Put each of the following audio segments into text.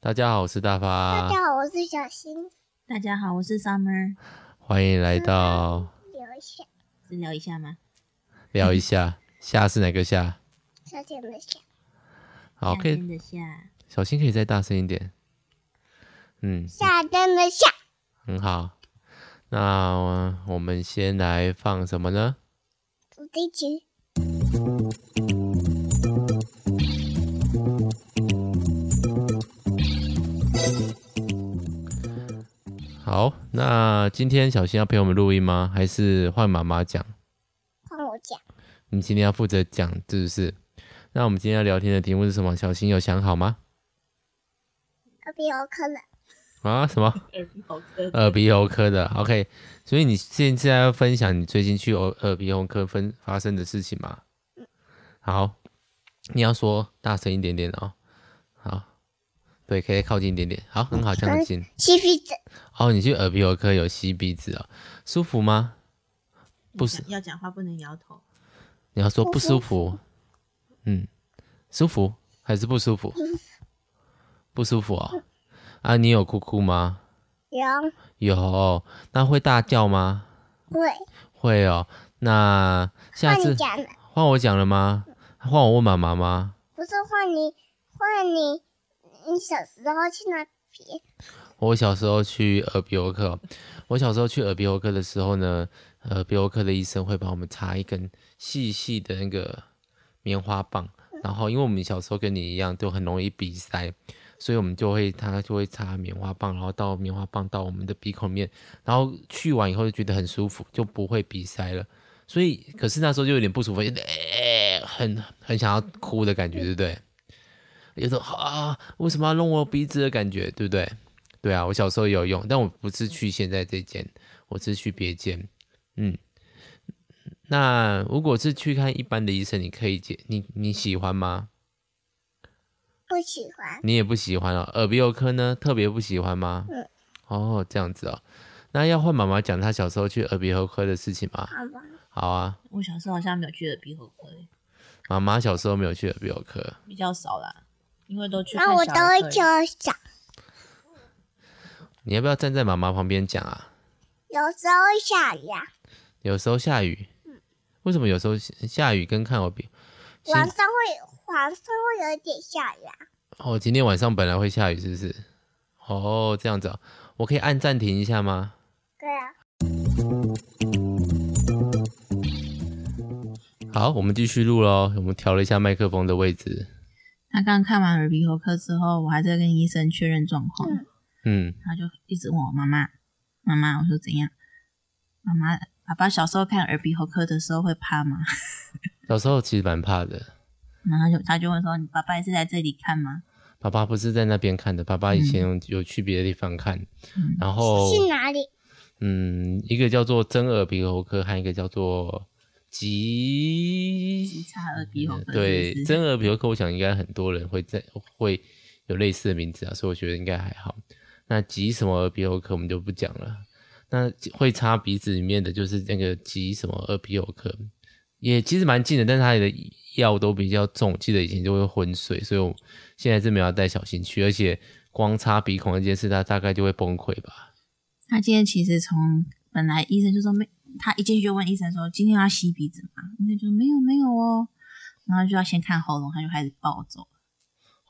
大家好，我是大发大，家好，我是小新，大家好，我是 Summer，欢迎来到聊一下先聊一下吗？聊一 下，下是哪个下？小姐们下，好，夏可天以，的夏，小新可以再大声一点。嗯，夏天的夏，很好。那呃我们先来放什么呢？主题曲，好，那今天小新要陪我们录音吗？还是换妈妈讲？换我讲，你今天要负责讲，是不是？那我们今天要聊天的题目是什么？小新有想好吗？耳鼻喉科了，啊，什么？耳鼻喉科 耳鼻喉科的，OK。所以你现在要分享你最近去耳耳鼻喉科分发生的事情吗？好，你要说大声一点点哦。好，对，可以靠近一点点。好，很好，这样子近。吸鼻子，哦，你去耳鼻喉科有吸鼻子哦，舒服吗？不是要讲话不能摇头，你要说不不舒舒服，嗯，舒服还是不舒服？不舒服哦。啊，你有哭哭吗？然后有。哦那会大叫吗？会，会哦，那下换次你讲了，换我讲了吗？换我问妈妈吗？不是换你，换你，你小时候去哪边？我小时候去耳鼻喉科哦，我小时候去耳鼻喉科的时候呢，耳鼻喉科的医生会帮我们插一根细细的那个棉花棒，然后因为我们小时候跟你一样，都很容易鼻塞，所以我们就会他就会插棉花棒，然后到棉花棒到我们的鼻孔里面，然后去完以后就觉得很舒服，就不会鼻塞了。所以，可是那时候就有点不舒服，有点、欸很很想要哭的感觉，对不对？有种啊，为什么要弄我鼻子的感觉，对不对？对啊，我小时候也有用，但我不是去现在这间，我是去别间。嗯，那如果是去看一般的医生，你可以接你你喜欢吗？不喜欢，你也不喜欢哦。耳鼻喉科呢，特别不喜欢吗？嗯。哦，这样子哦。那要换妈妈讲她小时候去耳鼻喉科的事情吗？好吧，好啊，我小时候好像没有去耳鼻喉科，妈妈小时候没有去耳鼻喉科。比较少啦，因为都去看那我小都儿会科就想，你要不要站在妈妈旁边讲啊？有时候会下雨啊，有时候下雨，为什么有时候下下雨跟看耳鼻？今晚上会晚上会有一点下雨啊，哦，今天晚上本来会下雨，是不是？哦，这样子、哦，我可以按暂停一下吗？对啊，好，我们继续录喽。我们调了一下麦克风的位置。他刚看完耳鼻喉科之后，我还在跟医生确认状况，嗯嗯，他就一直问我妈妈，妈妈，我说怎样？妈妈，爸爸小时候看耳鼻喉科的时候会怕吗？小时候其实蛮怕的。然后他就他就问说，你爸爸也是在这里看吗？爸爸不是在那边看的，爸爸以前有去别的地方看，嗯然后去哪里？嗯，一个叫做真耳鼻喉科，和一个叫做极吉差耳鼻喉嗯科对是不，是真耳鼻喉科，我想应该很多人会在会有类似的名字啊，所以我觉得应该还好。那急什么耳鼻喉科我们就不讲了。那会插鼻子里面的就是那个急什么耳鼻喉科，也其实蛮近的，但是它的药都比较重，记得以前就会昏睡，所以我现在是没有要带小新去，而且光插鼻孔那件事，他大概就会崩溃吧。他今天其实从本来医生就说没，他一进去就问医生说今天要吸鼻子吗？医生就说没有没有哦，然后就要先看喉咙，他就开始暴走，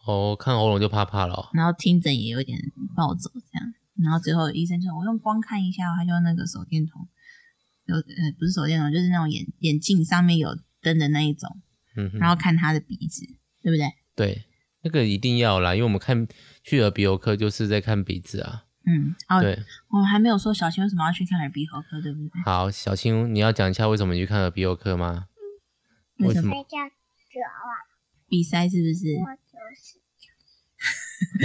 哦，看喉咙就怕怕了、哦。然后听诊也有点暴走这样，然后最后医生就说我用光看一下哦、他就用那个手电筒，有呃不是手电筒，就是那种眼眼镜上面有灯的那一种，嗯哼，然后看他的鼻子，对不对？对，那个一定要啦，因为我们看去耳鼻喉科就是在看鼻子啊。嗯，哦，对，我们还没有说小新为什么要去看耳鼻喉科，对不对？好，小青，你要讲一下为什么你去看耳鼻喉科吗？为什么在家主啊，鼻塞是不是？我就是，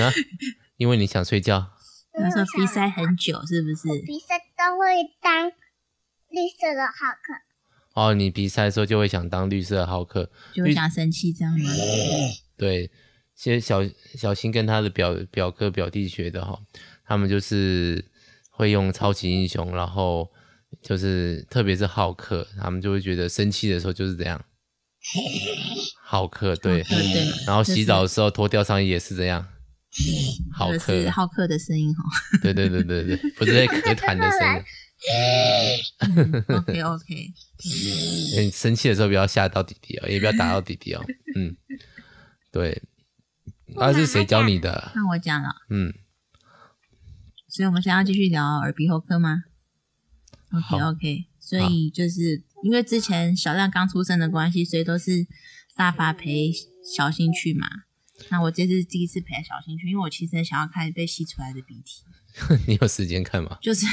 啊？因为你想睡觉。他说鼻塞嗯因为我想很久，是不是？鼻塞都会当绿色的浩克。哦，你鼻塞的时候就会想当绿色浩克。就会想生气这样吗？对，些小小新跟他的表表哥表弟学的哈、他们就是会用超级英雄，然后就是特别是浩克，他们就会觉得生气的时候就是这样。浩克对，对对，然后就洗是 澡的时候脱掉上衣也是这样。好这个客是，浩克的声音哦 哈。对对对对对，不是 在咳痰的声音。 OK OK，欸你生气的时候不要吓到弟弟哦，也不要打到弟 弟哦。嗯，对。啊，是谁教你的？那我讲了，嗯， 所以我们现在要继续聊耳鼻喉科吗好？OK OK，所以就是因为之前小亮刚出生的关系，所以都是大发陪小新去嘛。那我这次第一次陪小新去，因为我其实很想要看被吸出来的鼻涕，你有时间看吗？就是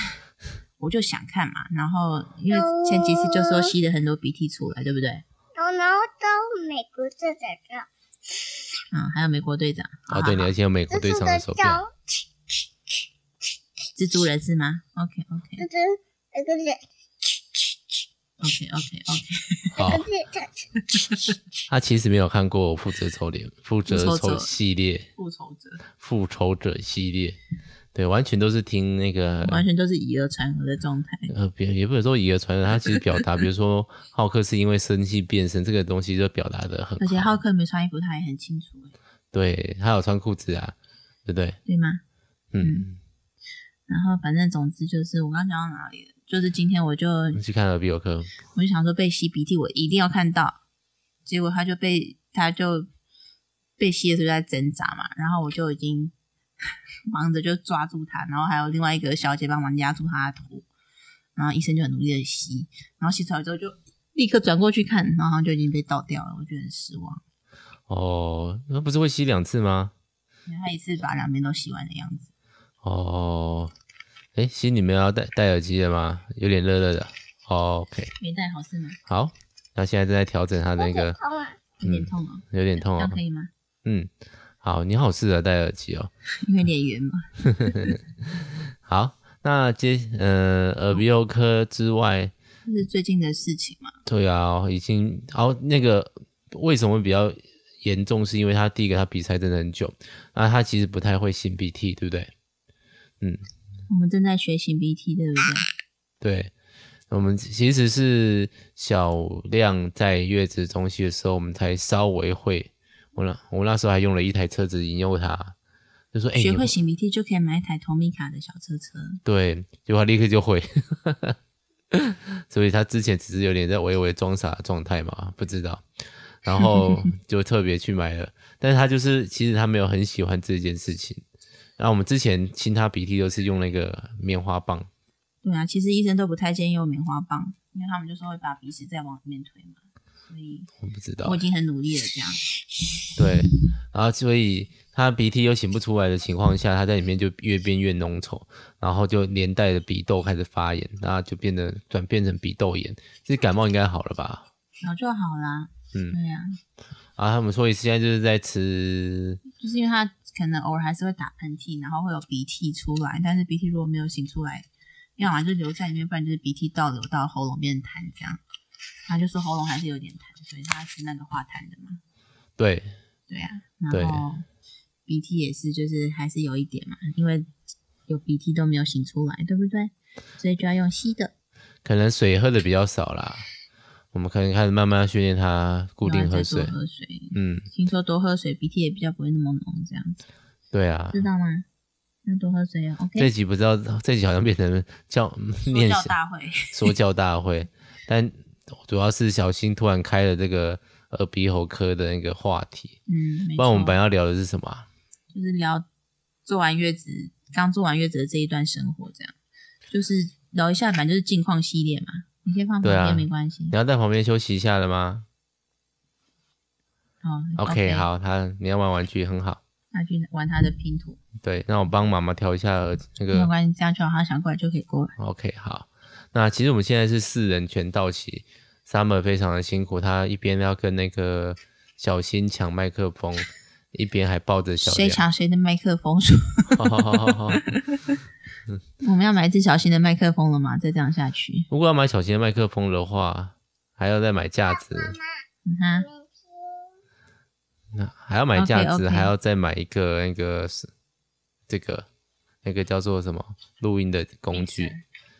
我就想看嘛。然后因为前几次就说吸了很多鼻涕出来，对不对？然后然后到美国这的叫嗯，还有美国队长，哦，对，你啊而且有美国队蜘长蛛的的手表。叫蜘蛛人是吗？OK OK 这只那个脸， OK OK OK，好那，个脸，这他其实没有看过《复仇者联》《复仇复仇者者系列》复仇者《复仇者系列》，对，完全都是听那个完全都是以讹传讹的状态。呃，别也不能说以讹传讹，他其实表达，比如说浩克是因为生气变身这个东西，就表达的很而且好。浩克没穿衣服，他也很清楚欸，对，他有穿裤子啊，对不对？对吗？嗯，然后反正总之就是我刚讲到哪里了，就是今天我就你去看耳鼻喉科，我就想说被吸鼻涕，我一定要看到，结果他就被他就被吸的时候就在挣扎嘛，然后我就已经 忙着就抓住他，然后还有另外一个小姐帮忙压住他的头，然后医生就很努力的吸，然后吸出来之后就立刻转过去看，然后他就已经被倒掉了，我就很失望，哦，那不是会吸两次吗？因为他一次把两边都吸完的样子。哦，哎，吸你们要戴戴耳机了吗？有点热热的。哦 OK，没戴好是吗？好，那现在正在调整他那个，痛啊！有点嗯痛哦，有点这痛样哦可。以吗？嗯，好，你好，适合戴耳机哦。因为脸圆嘛。好，那接呃耳鼻喉科之外，这是最近的事情嘛？对啊，已经哦，那个为什么会比较严重？是因为他第一个他比赛真的很久，那他其实不太会擤鼻涕，对不对？我们正在学习 BT，对不对？对，我们其实是小亮在月子中心的时候，我们才稍微会。我那我那时候还用了一台车子引诱他，就说：“哎、学你会擤鼻涕就可以买一台 Tomica 的小车车。对，结果他立刻就会， 所以他之前只是有点在微微装傻的状态嘛，不知道，然后就特别去买了，但是他就是其实他没有很喜欢这件事情。然后我们之前清他鼻涕都是用那个棉花棒，对啊，其实医生都不太建议用棉花棒，因为他们就说会把鼻屎再往里面推嘛。所以我不知道我已，经很努力了，这样。对，然后所以他鼻涕又擤不出来的情况下，他在里面就越变越浓稠，然后就连带的鼻窦开始发炎，那就变得转变成鼻窦炎。其实感冒应该好了吧？早就好啦。嗯对啊，啊，他们所以现在就是在吃，就是因为他可能偶尔还是会打喷嚏，然后会有鼻涕出来，但是鼻涕如果没有擤出来，要么就留在里面，不然就是鼻涕倒流到喉咙变痰这样。他就说喉咙还是有点痰，所以他吃那个化痰的嘛。对对啊，对然后鼻涕也是，就是还是有一点嘛，因为有鼻涕都没有擤出来，对不对？所以就要用吸的，可能水喝的比较少啦。我们可能开始慢慢训练他固定然后喝再多水。喝水。嗯，听说多喝水，鼻涕也比较不会那么浓，这样子对啊知。道吗？要多喝水哦。这 OK，集不知道，这集好像变成教说念教想大会，说教大会，但主要是小新突然开了这个耳鼻喉科的那个话题。嗯，没不然我们错本来要聊的是什么啊、就是聊做完月子，刚做完月子的这一段生活，这样就是聊一下，反正就是近况系列嘛。你先放旁对啊边、没关系你。要在旁边休息一下了吗哦？OK，，好，他你要玩玩具很好。他去玩他的拼图，对，那我帮妈妈调一下耳那没个有关系，这样就好，他想过来就可以过来。 OK，好，那其实我们现在是四人全到齐，Summer 非常的辛苦，他一边要跟那个小新抢麦克风，一边还抱着小谁亮。抢谁的麦克风？ 说我们要买一只小新的麦克风了吗？再这样下去， 如果要买小新的麦克风的话，还要再买架子，嗯哈，明天那还要买架子 OK，OK 还要再买一个那个是这个那个叫做什么录音的工具。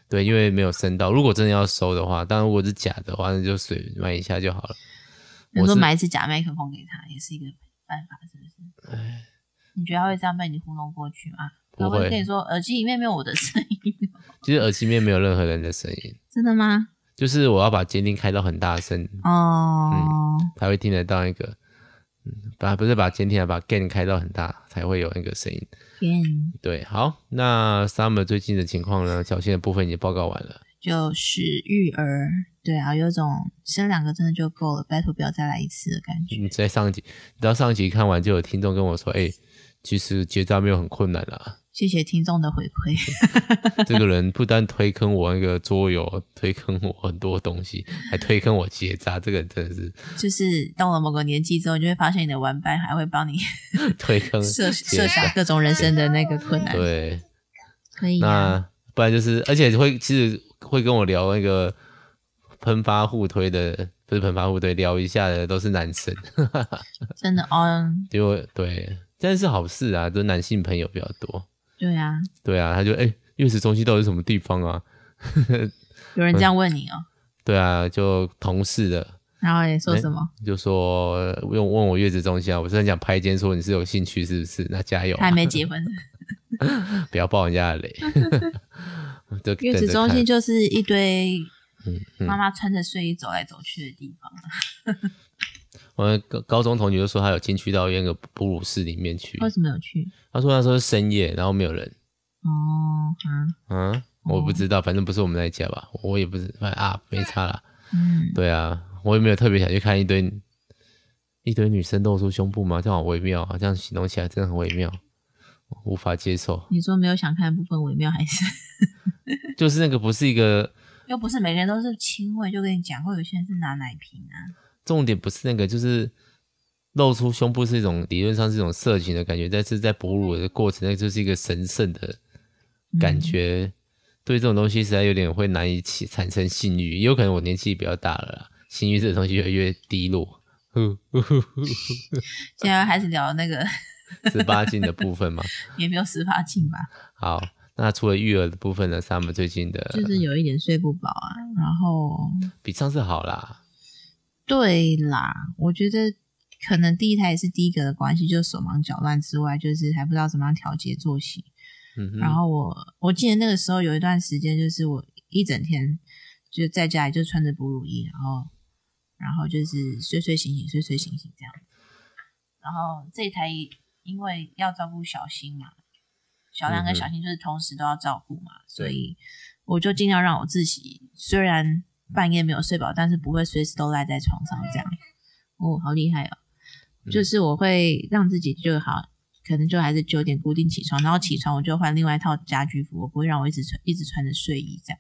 对，因为没有升到。如果真的要收的话，当然如果是假的话，那就随买一下就好了。我我说是买一只假麦克风给他也是一个办法，是不是？你觉得他会这样被你糊弄过去吗？不他会跟你说耳机里面没有我的声音， 其实耳机里面没有任何人的声音，真的吗？就是我要把监听开到很大声，哦，才会听得到那个。嗯，把不是把监听啊，把 gain 开到很大才会有那个声音。天，对，好，那 Summer 最近的情况呢？小新的部分已经报告完了。就是育儿，对啊，有种生两个真的就够了，拜托不要再来一次的感觉。你嗯在上一集，你知道上一集看完就有听众跟我说，哎、其实结扎没有很困难啦。谢谢听众的回 馈，这个人不单推坑我那个桌游，推坑我很多东西，还推坑我结扎，这个人真的 是就是到了某个年纪之后，你就会发现你的玩伴还会帮你推坑设结设扎想。各种人生的那个困难。对，可以啊，那不然就是，而且会其实会跟我聊那个喷发互推的，不是喷发互推，聊一下的都是男生，真的哦，就对，但是好事啊，都男性朋友比较多。对啊，对啊，他就哎，月子中心到底是什么地方啊？有人这样问你哦，对啊，就同事的然后你嗯说什么？就说问问我月子中心啊，我是很想拍肩说你是有兴趣是不是？那加油、他还啊，没结 婚，不要爆人家的 雷。就月等子着中心看就是一堆嗯嗯妈妈穿着睡衣走来走去的地方。我们高高中同学就说他有进去到那个哺乳室里面去，为什么有去？他说那时候是深夜，然后没有人。哦，啊，嗯，我不知道，反正不是我们那一家吧，我也不是，反正啊，没差啦。嗯，对啊，我也没有特别想去看一堆一堆女生露出胸部嘛，这样好微妙啊，这样形容起来真的很微妙，无法接受。你说没有想看的部分微妙，还是就是那个不是一个又不是每个人都是亲喂？就跟你讲过，有些人是拿奶瓶啊，重点，不是那个，就是露出胸部是一种理论上是一种色情的感觉，但是在哺乳的过程，那就是一个神圣的感嗯觉。对这种东西实在有点会难以起产生性欲，也有可能我年纪比较大了啦，性欲这个东西越来越低 落。现在开始聊那个十八禁的部分嘛，也没有十八禁吧，好，那除了育儿的部分呢，Summer 最近的就是有一点睡不饱啊，然后比上次好啦。对啦，我觉得可能第一胎也是第一个的关系，就是手忙脚乱之外，就是还不知道怎么样调节作息。嗯哼，然后我我记得那个时候有一段时间，就是我一整天就在家里就穿着哺乳衣，然后然后就是睡睡醒醒睡睡醒醒这样子。然后这一台因为要照顾小新嘛，小亮跟嗯哼小新就是同时都要照顾嘛，所以我就尽量让我自己虽然半夜没有睡饱，但是不会随时都赖在床上这样。哦，好厉害哦！就是我会让自己就好，可能就还是九点固定起床，然后起床我就换另外一套家居服，我不会让我一直穿一直穿着睡衣这样。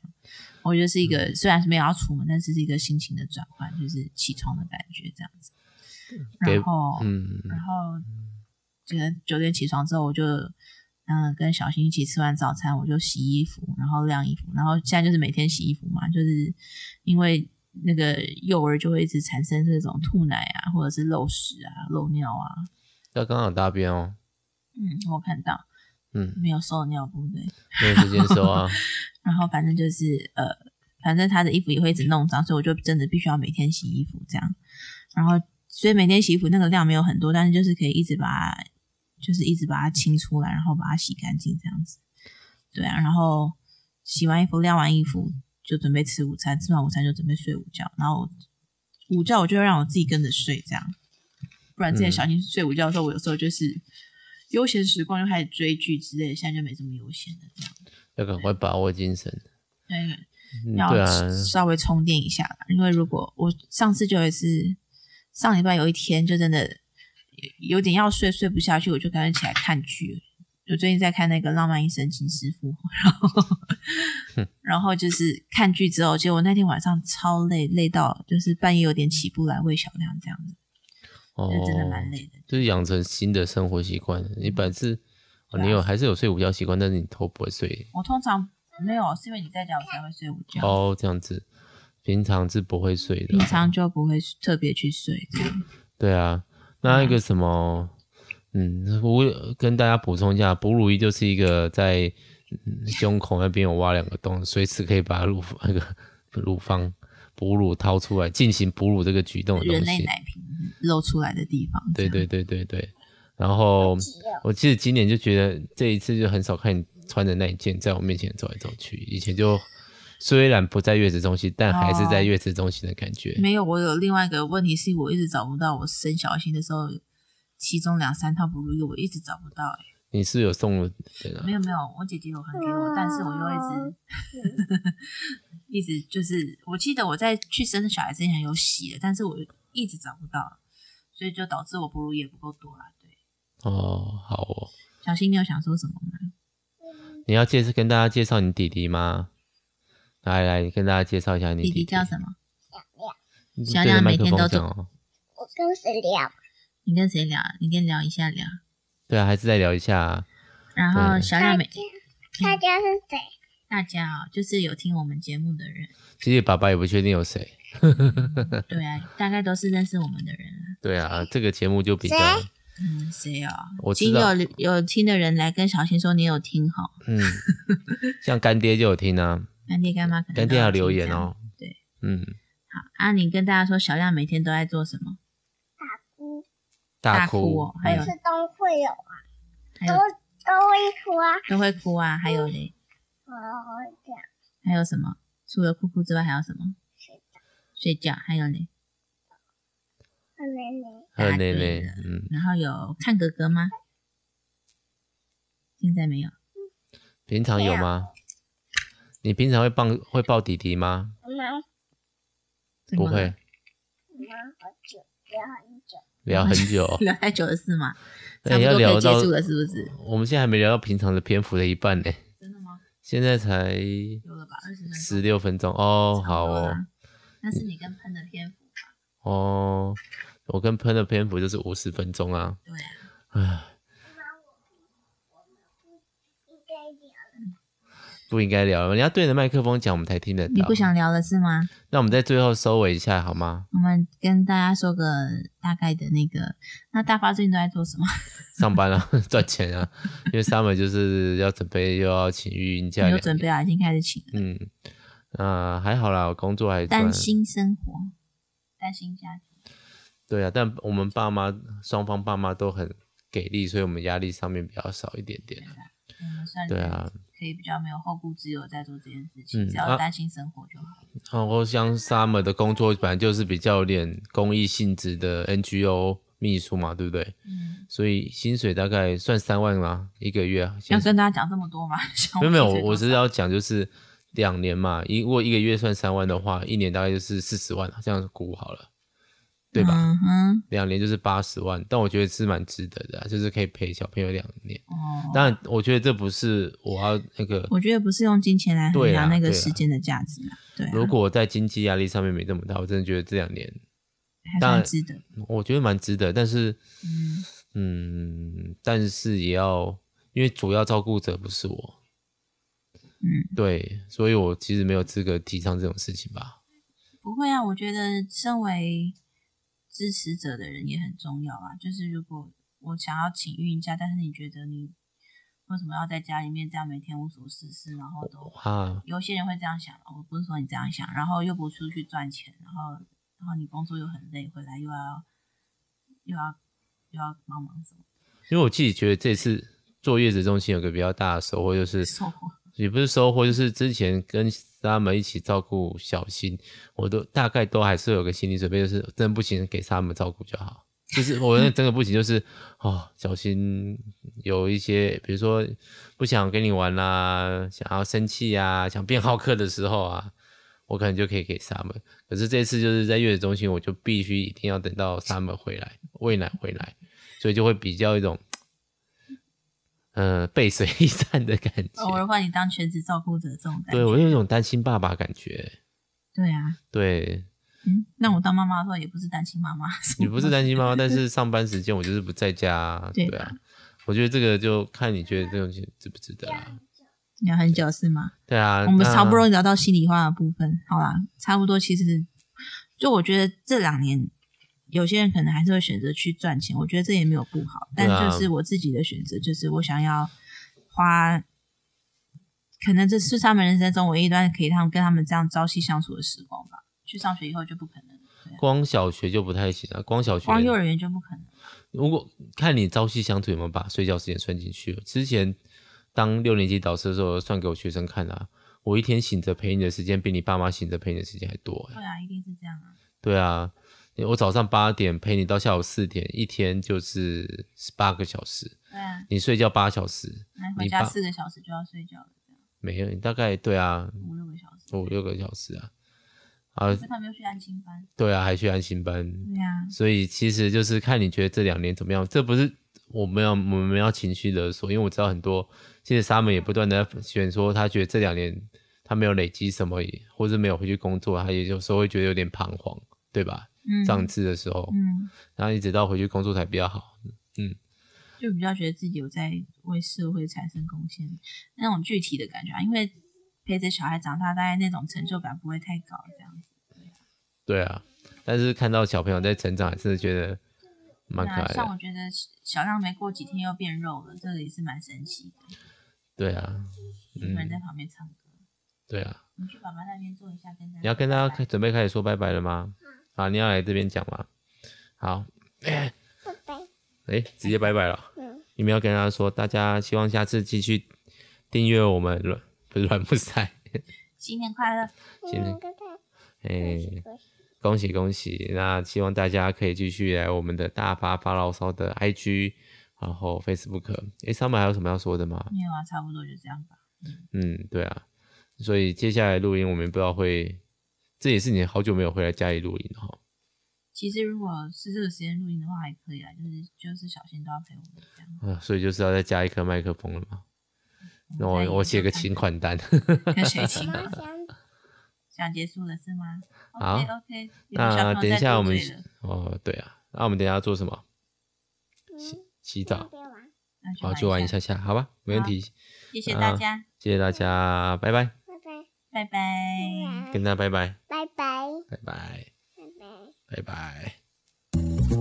我觉得是一个、虽然是没有要出门，但是是一个心情的转换，就是起床的感觉这样子。给然后，嗯，然后可能九点起床之后，我就嗯、呃跟小新一起吃完早餐，我就洗衣服，然后晾衣服，然后现在就是每天洗衣服嘛，就是因为那个幼儿就会一直产生这种吐奶啊，或者是漏屎啊、漏尿啊。要刚好大便哦，嗯，我看到 嗯，没有收尿布对，没有时间收啊，然后反正就是呃，反正他的衣服也会一直弄脏，所以我就真的必须要每天洗衣服这样。然后所以每天洗衣服那个量没有很多，但是就是可以一直把它，就是一直把它清出来，然后把它洗干净这样子。对啊，然后洗完衣服晾完衣服就准备吃午餐，吃完午餐就准备睡午觉，然后午觉我就让我自己跟着睡这样。不然之前嗯小新睡午觉的时候，我有时候就是悠闲时光就开始追剧之类的，现在就没这么悠闲了这样。要赶快把握精神。对，嗯要对啊，稍微充电一下啦，因为如果我上次就有一次，上礼拜有一天就真的有有点要睡，睡不下去，我就赶紧起来看剧。我最近在看那个《浪漫医生金师傅》，然 后然后就是看剧之后，结果那天晚上超累，累到就是半夜有点起不来喂小亮这样子，哦就真的蛮累的。就是养成新的生活习惯了。你本来是哦对啊你有还是有睡午觉习惯，但是你头不会睡我通常没有，是因为你在家我才会睡午觉，哦，这样子，平常是不会睡的平。常就不会特别去睡这样。对啊，那一个什么，嗯，我跟大家补充一下，哺乳衣就是一个在嗯胸口那边有挖两个洞，随时可以把乳 那个乳房哺乳掏出来进行哺乳这个举动的人东类西。奶瓶露出来的地方，对对对对对，然后挤哦我记得今年就觉得这一次就很少看你穿着那一件在我面前走来走去，以前就虽然不在月子中心，但还是在月子中心的感觉。哦没有，我有另外一个问题，是我一直找不到我生小新的时候，其中两三套哺乳液我一直找不到、欸。你是不是有送了人啊没？有没有，我姐姐有很给我，但是我又一直 一直就是，我记得我在去生小孩之前有洗的，但是我一直找不到，所以就导致我哺乳液不够多啦。对，哦，好哦，小新，你有想说什么吗？你要介绍跟大家介绍你弟弟吗？来来，跟大家介绍一下你弟弟弟叫什么？你小对着亮麦每克天风都讲哦。我跟谁聊？你跟谁聊？啊你跟聊一下聊。对啊，还是再聊一下啊。然后对小大家亮每大家是谁？大家啊、就是有听我们节目的人，其实爸爸也不确定有谁。对啊，大概都是认识我们的人啊。对啊，这个节目就比较，谁嗯，谁啊？我知今道有有听的人来跟小新说你有听哈，嗯，像干爹就有听 啊，干爹干妈可能干都爹要有留听言这样。哦。对，嗯，好，啊，你跟大家说小亮每天都在做什么？嗯，大大哭哦还有嗯是都会有啊，还都有都会哭啊。都会哭啊，还有嘞，哦，这样还有什么？除了哭哭之外还有什么？睡着，睡觉，还有嘞，很美美。还有答内内哎对了，呃嗯，然后有看哥哥吗？现在没有。平常有吗？你平常会抱会抱弟弟吗？妈妈，对吗不会，好久，聊很聊久。很久哦。 聊太久了是吗？ 那差不你要多可以哎聊结到束了是不是？我们现在还没聊到平常的篇幅的一半呢，真的吗？现在才有了吧，二十分钟。十六分钟哦，差好不多哦啦。那是你跟喷的篇幅吧？哦，我跟喷的篇幅就是五十分钟啊，对啊，唉，应该聊不应该聊，你要对着麦克风讲，我们才听得到。你不想聊了是吗？那我们在最后收尾一下好吗？我们跟大家说个大概的那个，那大发最近都在做什么？上班啊， 赚钱啊，因为 summer 就是要准备又要请育婴假 你有两，准备啊，已经开始请了。嗯，啊、还好啦，我工作还算担，心生活，担心家庭，对啊，但我们爸妈双方爸妈都很给力，所以我们压力上面比较少一点点。我们算是对啊，可以比较没有后顾之忧在做这件事情，嗯只啊要担心生活就好。然后像 summer 的工作本来就是比较有点公益性质的 NGO 秘书嘛，对不对？嗯，所以薪水大概算三万吗？一个月？啊要薪水跟大家讲这么多吗？没有没有，我知是道。要讲就是两年嘛，一如果一个月算三万的话，一年大概就是四十万啊，这样估好了，对吧？嗯哼，两年就是八十万，但我觉得是蛮值得的啊、就是可以陪小朋友两年。哦，当然，我觉得这不是我要那个，我觉得不是用金钱来衡对啊量那个对啊时间的价值嘛，对啊，如果我在经济压力上面没这么大，我真的觉得这两年还当算然值得。我觉得蛮值得，但是。嗯，嗯，但是也要，因为主要照顾者不是我，嗯，对，所以我其实没有资格提倡这种事情吧。不会啊，我觉得身为支持者的人也很重要啊。就是如果我想要请孕假，但是你觉得你为什么要在家里面这样每天无所事事，然后都啊，有些人会这样想，我不是说你这样想，然后又不出去赚钱，然后然后你工作又很累，回来又要又要又要帮忙什么，因为我自己觉得这次坐月子中心有个比较大的收获，就是收获也不是收获，就是之前跟他们一起照顾小新，我都大概都还是有个心理准备，就是真的不行给他们照顾就好。就是我那真的不行，就是哦，小新有一些，比如说不想跟你玩啦、想要生气啊，想变好客的时候啊，我可能就可以给 Summer。可是这次就是在月子中心，我就必须一定要等到 Summer 回来喂奶回来，所以就会比较一种呃背水一战的感觉。偶尔换你当全职照顾者这种感对觉，我有一种担心爸爸感觉。对啊，对嗯，那我当妈妈的时候也不是担心妈妈，你 不是担心妈妈，但是上班时间我就是不在家、啊。对啊，我觉得这个就看你觉得这东西值不值得啊。聊很久是吗？对啊，我们那好不容易聊到心里话的部分，好啦，差不多。其实，就我觉得这两年，有些人可能还是会选择去赚钱，我觉得这也没有不好。对但啊就是我自己的选择，就是我想要花，可能这是他们人生中唯一一段可以他们跟他们这样朝夕相处的时光吧。去上学以后就不可能了，光小学就不太行啊，光小学光幼儿园就不可能。如果看你朝夕相处有没有把睡觉时间算进去。哦之前当六年级导师的时候，算给我学生看啦、啊我一天醒着陪你的时间比你爸妈醒着陪你的时间还多、欸。对啊，一定是这样啊。对啊，我早上八点陪你到下午四点，一天就是十八个小时。对啊，你睡觉八小时，那回你家爸四个小时就要睡觉了，这样没有，你大概对啊，五六个小时。五六个小时啊。啊可，是他没有去安亲班。对啊，还去安心班，对啊，所以其实就是看你觉得这两年怎么样。这不是我们要我们要情绪勒索，因为我知道很多，其实沙门也不断的选说，他觉得这两年他没有累积什么，或是没有回去工作，他也有时候会觉得有点彷徨，对吧？嗯，上次的时候，嗯，然后一直到回去工作才比较好。就比较觉得自己有在为社会产生贡献那种具体的感觉啊，因为陪着小孩长大，大概那种成就感不会太高，这样子。对啊，但是看到小朋友在成长，还是觉得蛮可那爱像的。我觉得小亮没过几天又变肉了，这个也是蛮神奇的。对啊，一个人在嗯，旁边唱歌，对啊。你去爸爸那边坐一下，跟大家你要跟大家拜拜开准备开始说拜拜了吗？啊，你要来这边讲吗？好，拜拜。哎，直接拜拜了。嗯，你们要跟大家说，大家希望下次继续订阅我们软不是软木塞，新年快乐，现在嗯哥哥，哎，恭喜恭喜恭喜！那希望大家可以继续来我们的大发发牢骚的 IG，然后 Facebook。哎，上面还有什么要说的吗？没有啊，差不多就这样吧。嗯，对啊，所以接下来录音我们不知道会，这也是你好久没有回来家里录音了哈。其实如果是这个时间录音的话，还可以啦，就是就是小新都要陪我们这样。啊，所以就是要再加一颗麦克风了嘛。那们再我我写个看看请，款单。 跟谁我请啊妈？想想结束了是吗好？OK OK，那等一下我们洗哦，对啊，那我们等一下做什么？洗嗯，洗要澡不，要玩？好，去就玩玩一，下下，好吧，没问嗯好题，谢谢大啊家，谢谢大家，拜拜，拜拜，拜拜。跟大家拜拜，拜拜，拜拜，拜拜拜。拜。